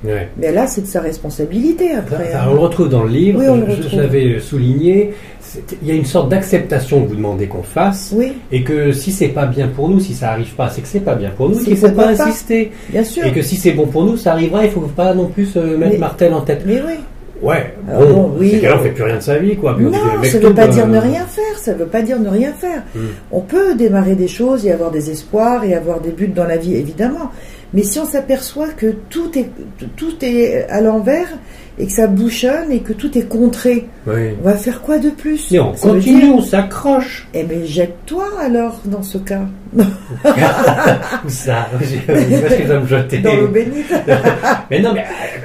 S1: Ouais.
S2: Mais là c'est de sa responsabilité
S1: Ça,
S2: après.
S1: ça,
S2: hein.
S1: on le retrouve dans le livre,
S2: Oui, on le
S1: je- je,
S2: retrouve.
S1: l'avais souligné. C'est- Il y a une sorte d'acceptation que vous demandez qu'on fasse,
S2: Oui,
S1: et que si c'est pas bien pour nous, si ça arrive pas, c'est que c'est pas bien pour nous,
S2: C'est
S1: qu'il
S2: que
S1: faut
S2: ça
S1: pas
S2: doit pas.
S1: insister.
S2: bien sûr.
S1: Et que si c'est bon pour nous, ça arrivera, il faut pas non plus se mettre
S2: Mais-
S1: martel en tête.
S2: Mais oui.
S1: Ouais,
S2: Ah
S1: bon,
S2: bon, oui.
S1: c'est qu'alors on fait plus rien de sa vie, quoi. Puis on
S2: Non,
S1: dit, mec,
S2: ça ne veut
S1: tout,
S2: pas
S1: euh,
S2: dire ne rien faire, ça ne veut pas dire ne rien faire.
S1: Hmm.
S2: On peut démarrer des choses et avoir des espoirs et avoir des buts dans la vie, évidemment. Mais si on s'aperçoit que tout est, tout est à l'envers et que ça bouchonne et que tout est contré,
S1: Oui.
S2: on va faire quoi de plus
S1: Et on
S2: Ça veut
S1: continue,
S2: dire,
S1: on s'accroche.
S2: Eh bien, jette-toi alors dans ce cas,
S1: Où ça Où est-ce que ça me jeter
S2: Ah. dans l'eau bénite.
S1: Mais non, mais euh,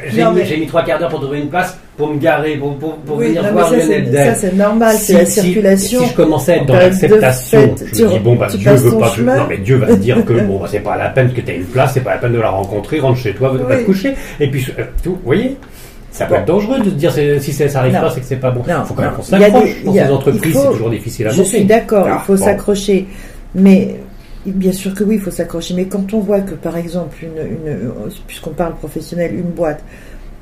S1: j'ai
S2: Non,
S1: mis,
S2: mais-
S1: j'ai mis trois quarts d'heure pour trouver une place, pour me garer, pour, pour, pour
S2: Oui,
S1: venir
S2: non, mais
S1: voir
S2: ça,
S1: Lionel
S2: c'est-
S1: Del.
S2: ça c'est normal, c'est la
S1: Si- si-
S2: circulation.
S1: Si, je commençais à être dans
S2: En période de
S1: l'acceptation,
S2: fête,
S1: je me
S2: tu-
S1: dis bon bah
S2: tu
S1: Dieu
S2: passes
S1: veut
S2: ton
S1: pas que je-
S2: chemin.
S1: non mais Dieu va se dire que bon bah, c'est pas la peine que tu aies une place, c'est pas la peine de la rencontrer, rentre chez toi, va va
S2: Oui.
S1: te coucher et puis euh, tout, vous voyez Ça peut être dangereux de se dire c'est- si ça n'arrive
S2: Non.
S1: pas, c'est que c'est pas bon.
S2: Non,
S1: faut quand même qu'on
S2: non. Il y a
S1: s'accroche.
S2: des-
S1: Pour
S2: il y a-
S1: ces entreprises,
S2: il faut-
S1: c'est toujours difficile à
S2: Je
S1: monter.
S2: suis d'accord,
S1: Ah,
S2: il faut
S1: bon.
S2: s'accrocher. Mais bien sûr que oui, il faut s'accrocher. Mais quand on voit que, par exemple, une, une- puisqu'on parle professionnel, une boîte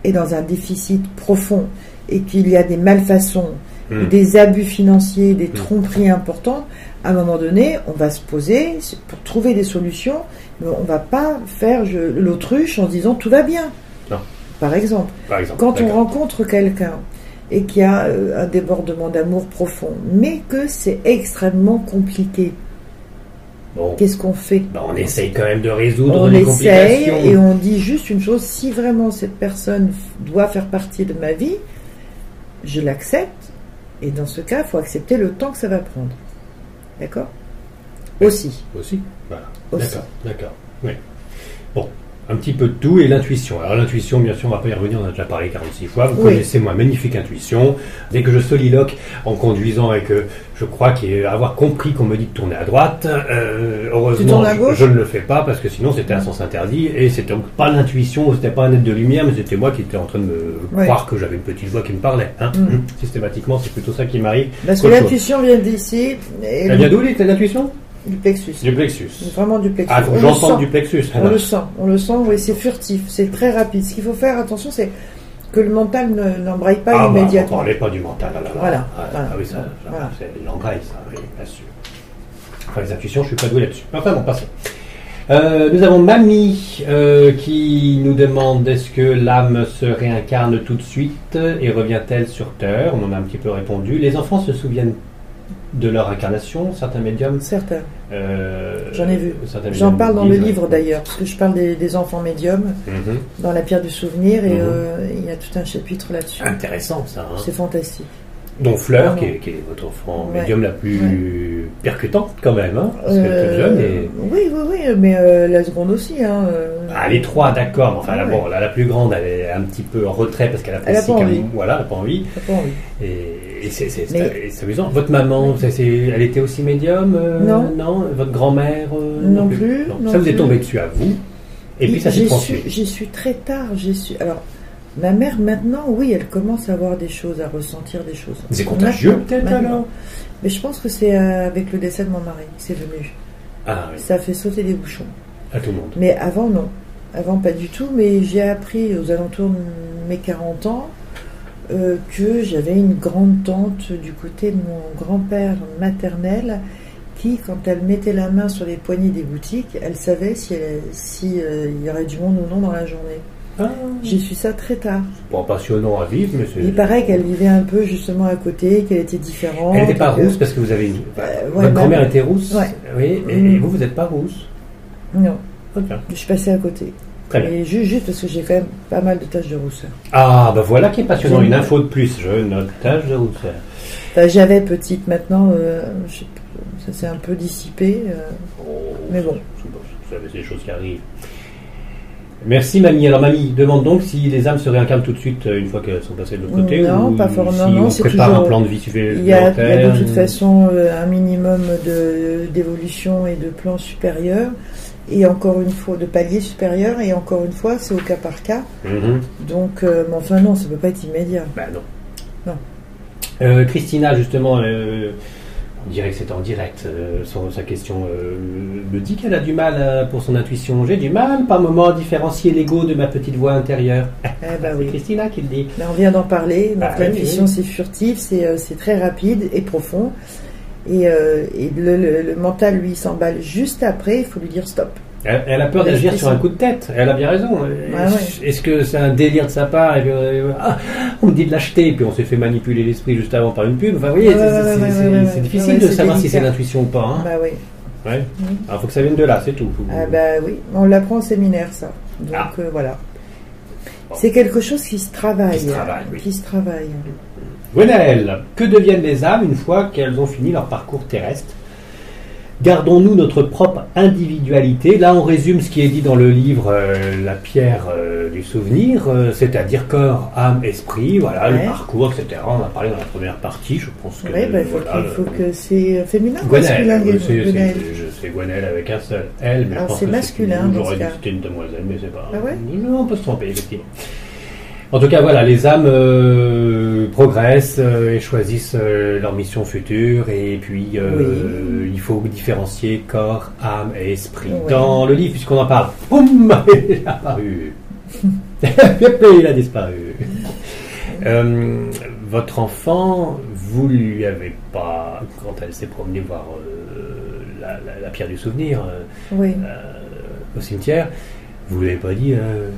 S2: est dans un déficit profond et qu'il y a des malfaçons,
S1: Hmm.
S2: des abus financiers, des tromperies importantes, à un moment donné, on va se poser pour trouver des solutions. Mais on va pas faire je- l'autruche en se disant tout va bien.
S1: Non.
S2: Par exemple.
S1: Par exemple.
S2: Quand on
S1: D'accord.
S2: rencontre quelqu'un et qu'il y a euh, un débordement d'amour profond, mais que c'est extrêmement compliqué,
S1: Bon.
S2: qu'est-ce qu'on fait
S1: Bah, on essaye quand même de résoudre
S2: On
S1: les
S2: essaye
S1: complications.
S2: et on dit juste une chose, si vraiment cette personne f- doit faire partie de ma vie, je l'accepte, et dans ce cas, il faut accepter le temps que ça va prendre. D'accord
S1: Oui.
S2: Aussi.
S1: Aussi. Voilà.
S2: Aussi.
S1: D'accord. D'accord. Oui. Bon. Un petit peu de tout et l'intuition. Alors l'intuition, bien sûr, on va pas y revenir, on a déjà parlé 46 fois. Vous
S2: Oui.
S1: connaissez ma magnifique intuition. Dès que je soliloque en conduisant et que je crois qu'avoir compris qu'on me dit de tourner à droite, euh,
S2: Tu
S1: heureusement,
S2: tournes à
S1: je-
S2: gauche
S1: je, ne le fais pas parce que sinon c'était un sens interdit et c'était donc pas l'intuition, c'était pas un être de lumière, mais c'était moi qui étais en train de me
S2: Oui.
S1: croire que j'avais une petite voix qui me parlait. hein.
S2: Mm.
S1: Systématiquement, c'est plutôt ça qui m'arrive.
S2: Parce que
S1: Autre chose.
S2: l'intuition vient d'ici, et
S1: Elle vient d'où l'idée, l'intuition
S2: du plexus.
S1: Du plexus.
S2: Vraiment du plexus.
S1: Ah,
S2: On
S1: faut
S2: le
S1: que
S2: sent.
S1: j'entende du plexus.
S2: On
S1: alors.
S2: le sent, on le sent, oui, c'est furtif, c'est très rapide. Ce qu'il faut faire attention, c'est que le mental ne- n'embraye pas
S1: Ah, bah, on
S2: immédiatement.
S1: parlait pas du mental. ah là là.
S2: Voilà,
S1: Ah,
S2: voilà,
S1: ah oui, ça, ça,
S2: voilà.
S1: c'est il embraye, ça, oui, bien sûr. Enfin, les intuitions, je suis pas doué là-dessus. Enfin, bon, passons. Euh, nous avons Mamie euh, qui nous demande est-ce que l'âme se réincarne tout de suite et revient-elle sur Terre On en a un petit peu répondu. Les enfants se souviennent de leur incarnation, certains médiums.
S2: Certain.
S1: euh,
S2: J'en ai vu.
S1: certains
S2: J'en
S1: médiums
S2: parle dans le
S1: disent-
S2: livre d'ailleurs, parce que je parle des, des enfants médiums
S1: Mhm.
S2: dans La pierre du souvenir, et
S1: Mhm.
S2: euh, il y a tout un chapitre là-dessus.
S1: Intéressant ça. hein.
S2: C'est fantastique.
S1: dont Fleur,
S2: Pardon.
S1: qui est, qui est votre enfant
S2: Ouais.
S1: médium la plus percutante quand même, hein, parce qu'elle est toute jeune.
S2: Euh,
S1: Et...
S2: Oui, oui, oui, mais euh, la seconde aussi. Hein, euh.
S1: Ah, les trois, d'accord, mais enfin, la,
S2: Ah Ouais.
S1: bon, la, la plus grande, elle est un petit peu en retrait parce qu'elle a
S2: Elle a
S1: six
S2: pas
S1: quarts-
S2: envie.
S1: Voilà, elle a pas envie.
S2: T'as pas envie.
S1: Et, et c'est- c'est c'est-
S2: Mais-
S1: c'est amusant. Votre maman, c'est- c'est- elle était aussi médium euh,
S2: Non.
S1: Votre grand-mère euh,
S2: Non plus, non
S1: ça vous est
S2: plus.
S1: tombé dessus à vous, et puis ça s'est
S2: J'y
S1: transmis.
S2: suis- J'y suis très tard. J'y suis. Alors, ma mère maintenant, oui, elle commence à voir des choses, à ressentir des choses.
S1: C'est contagieux
S2: Maintenant,
S1: peut-être
S2: maintenant.
S1: alors
S2: Mais je pense que c'est euh, avec le décès de mon mari que c'est venu.
S1: Ah oui,
S2: Ça a fait sauter des bouchons.
S1: à tout le monde.
S2: Mais avant, non. Avant, pas du tout. Mais j'ai appris aux alentours de mes 40 ans euh, que j'avais une grande tante du côté de mon grand-père maternel qui, quand elle mettait la main sur les poignées des boutiques, elle savait si elle- si, euh, il y aurait du monde ou non dans la journée.
S1: Ah,
S2: J'ai su ça très tard.
S1: bon, passionnant à vivre, mais c'est.
S2: Il paraît qu'elle vivait un peu justement à côté, qu'elle était différente.
S1: Elle n'était pas
S2: que-
S1: rousse parce que vous avez une.
S2: ouais,
S1: Votre
S2: bah,
S1: grand-mère était rousse.
S2: ouais.
S1: Oui, et,
S2: Mm.
S1: et vous, vous n'êtes pas rousse.
S2: Non,
S1: Très bien.
S2: je suis passée à côté.
S1: Très bien.
S2: Et juste, juste parce que j'ai quand même pas mal de taches de rousseur.
S1: Ah, bah voilà qui est passionnant.
S2: J'ai-
S1: Une info de plus. Je note tâche de rousseur.
S2: Enfin, j'avais petite, maintenant, euh, je sais plus, ça s'est un peu dissipé. euh.
S1: Oh,
S2: Mais bon.
S1: c'est- Vous savez, c'est des choses qui arrivent. Merci, mamie. Alors, mamie, demande donc si les âmes se réincarnent tout de suite euh, une fois qu'elles sont passées de l'autre côté.
S2: Mm, Non,
S1: ou
S2: pas fort-
S1: si
S2: non, non,
S1: on
S2: c'est
S1: prépare
S2: toujours-
S1: un plan de vie
S2: Il, y a, il y a
S1: supplémentaire.
S2: de toute façon euh, un minimum de- d'évolution et de plans supérieurs, et encore une fois, de paliers supérieurs, et encore une fois, c'est au cas par cas.
S1: Mhm.
S2: Donc, euh, mais enfin, non, ça peut pas être immédiat.
S1: Bah non.
S2: Non.
S1: Euh, Christina, justement, euh, on dirait que c'est en direct. euh, son- sa question euh, me dit qu'elle a du mal euh, pour son intuition. J'ai du mal par moment à différencier l'ego de ma petite voix intérieure.
S2: Eh ben
S1: C'est
S2: oui.
S1: Christina qui le dit.
S2: Là, on vient d'en parler. Donc,
S1: Ah,
S2: l'intuition,
S1: oui.
S2: c'est furtif, c'est euh, c'est très rapide et profond. Et, euh, et le, le- le mental, lui, il s'emballe juste après. Il faut lui dire stop.
S1: Elle, elle a peur
S2: La
S1: d'agir
S2: question.
S1: sur un coup de tête. Elle a bien raison.
S2: ouais.
S1: Est-ce que c'est un délire de sa part et puis, euh, ah, On me dit de l'acheter, et puis on s'est fait manipuler l'esprit juste avant par une pub. Enfin, vous voyez,
S2: Ouais,
S1: c'est-
S2: ouais,
S1: c'est-
S2: ouais,
S1: c'est
S2: ouais, ouais,
S1: c'est
S2: ouais.
S1: difficile
S2: Ouais,
S1: de
S2: c'est
S1: savoir si
S2: délicat.
S1: c'est l'intuition ou pas. hein.
S2: Bah oui.
S1: Ouais.
S2: Mhm.
S1: Alors, faut que ça vienne de là, c'est tout. Faut-
S2: Ah bah oui, on l'apprend au séminaire ça. Donc
S1: Ah.
S2: euh, voilà.
S1: Bon.
S2: C'est quelque chose qui se travaille. hein.
S1: Qui se travaille, oui.
S2: Qui se travaille.
S1: Gwenaël, que deviennent les âmes une fois qu'elles ont fini leur parcours terrestre Gardons-nous notre propre individualité. Là, on résume ce qui est dit dans le livre euh, La pierre euh, du souvenir, euh, c'est-à-dire corps, âme, esprit, voilà,
S2: Ouais.
S1: le parcours, etc. On en a parlé dans la première partie, je pense que.
S2: Oui, bah, il faut,
S1: voilà,
S2: qu'il-
S1: le-
S2: faut que c'est euh, féminin ou masculin. euh,
S1: Gwenaël, oui, c'est- c'est-
S2: Gwenaël
S1: je sais Gwenaël avec un seul L, mais
S2: Alors,
S1: je pense
S2: c'est
S1: que
S2: masculin,
S1: une-
S2: dans
S1: J'aurais
S2: ce
S1: dit
S2: cas.
S1: que c'était une demoiselle, mais c'est pas.
S2: Ah ouais
S1: Non, on peut se tromper, effectivement. En tout cas, voilà, les âmes euh, progressent euh, et choisissent euh, leur mission future. Et puis, euh, il faut différencier corps, âme et esprit
S2: Ouais.
S1: dans le livre, puisqu'on en parle. Boum Il a apparu. Il a disparu. Euh, votre enfant, vous lui avez pas, quand elle s'est promenée voir euh, la, la- la pierre du souvenir euh,
S2: Oui,
S1: au cimetière, vous lui avez pas dit euh,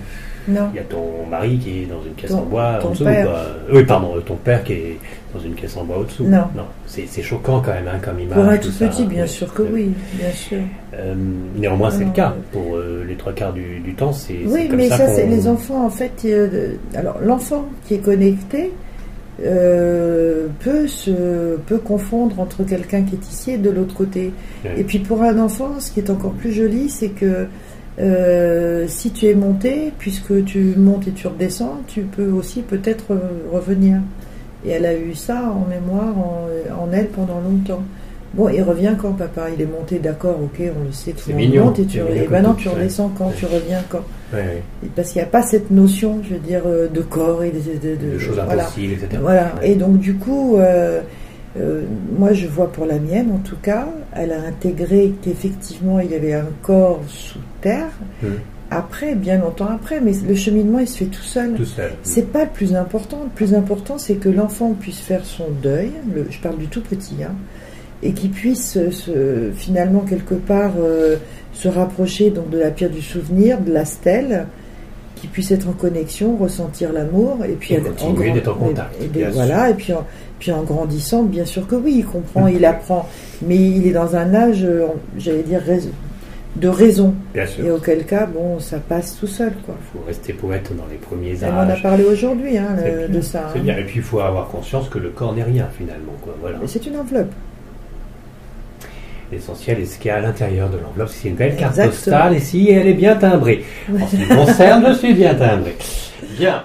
S2: non.
S1: il y a ton mari qui est dans une caisse
S2: Ton-
S1: en bois
S2: ton
S1: en dessous.
S2: père.
S1: quoi. Oui, pardon, euh, ton père qui est dans une caisse en bois au-dessous.
S2: Non.
S1: c'est c'est choquant quand même hein, comme image.
S2: Pour un
S1: tout
S2: tout
S1: ça.
S2: petit, bien
S1: Mais,
S2: sûr que
S1: euh,
S2: oui, bien sûr.
S1: euh, néanmoins, c'est
S2: Non,
S1: le cas.
S2: non.
S1: Pour euh, les trois quarts du, du temps, c'est c'est
S2: Oui,
S1: comme
S2: mais ça,
S1: qu'on-
S2: c'est les enfants, en fait. euh, de- alors, l'enfant qui est connecté euh, peut se peut confondre entre quelqu'un qui est ici et de l'autre côté.
S1: Ouais.
S2: Et puis, pour un enfant, ce qui est encore plus joli, c'est que euh, si tu es monté, puisque tu montes et tu redescends, tu peux aussi peut-être euh, revenir. Et elle a eu ça en mémoire, en, en elle pendant longtemps. Bon, il revient quand, papa Il est monté, d'accord, ok, on le sait, tout
S1: C'est
S2: le monde
S1: mignon,
S2: monte et tu,
S1: c'est mignon
S2: et
S1: comme
S2: ben non,
S1: tout,
S2: tu
S1: ouais.
S2: redescends quand,
S1: Ouais.
S2: tu reviens quand.
S1: Ouais, ouais.
S2: Parce qu'il n'y a pas cette notion, je veux dire, euh, de corps et de, de- de-
S1: de choses
S2: voilà.
S1: impossibles, etc.
S2: Voilà.
S1: Ouais.
S2: Et donc, du coup, euh, euh, moi, je vois pour la mienne, en tout cas, elle a intégré qu'effectivement, il y avait un corps sous terre.
S1: Mhm.
S2: Après, bien longtemps après, mais le cheminement, il se fait tout seul.
S1: Tout seul.
S2: C'est pas le plus important. Le plus important, c'est que l'enfant puisse faire son deuil. le- je parle du tout petit, hein, et qu'il puisse euh, se- finalement quelque part euh, se rapprocher donc de la pierre du souvenir, de la stèle, qu'il puisse être en connexion, ressentir l'amour, et puis
S1: Et
S2: en-
S1: continuer
S2: grand-
S1: d'être en
S2: et-
S1: contact,
S2: et
S1: bien
S2: voilà, et puis en, puis en grandissant, bien sûr que oui, il comprend,
S1: Mm-hmm.
S2: il apprend, mais il est dans un âge, euh, j'allais dire, rais- de raison,
S1: Bien sûr.
S2: et auquel cas, bon, ça passe tout seul, quoi.
S1: Il faut rester poète dans les premiers
S2: Elle en a
S1: âges.
S2: parlé aujourd'hui hein,
S1: C'est
S2: le-
S1: bien,
S2: de ça.
S1: C'est
S2: hein.
S1: bien. Et puis, il faut avoir conscience que le corps n'est rien, finalement. Quoi. Voilà.
S2: Mais C'est une enveloppe.
S1: L'essentiel est ce qu'il y a à l'intérieur de l'enveloppe. C'est une belle carte
S2: Exactement.
S1: postale et si elle est bien timbrée. En ce qui me concerne, je suis bien timbré. Bien.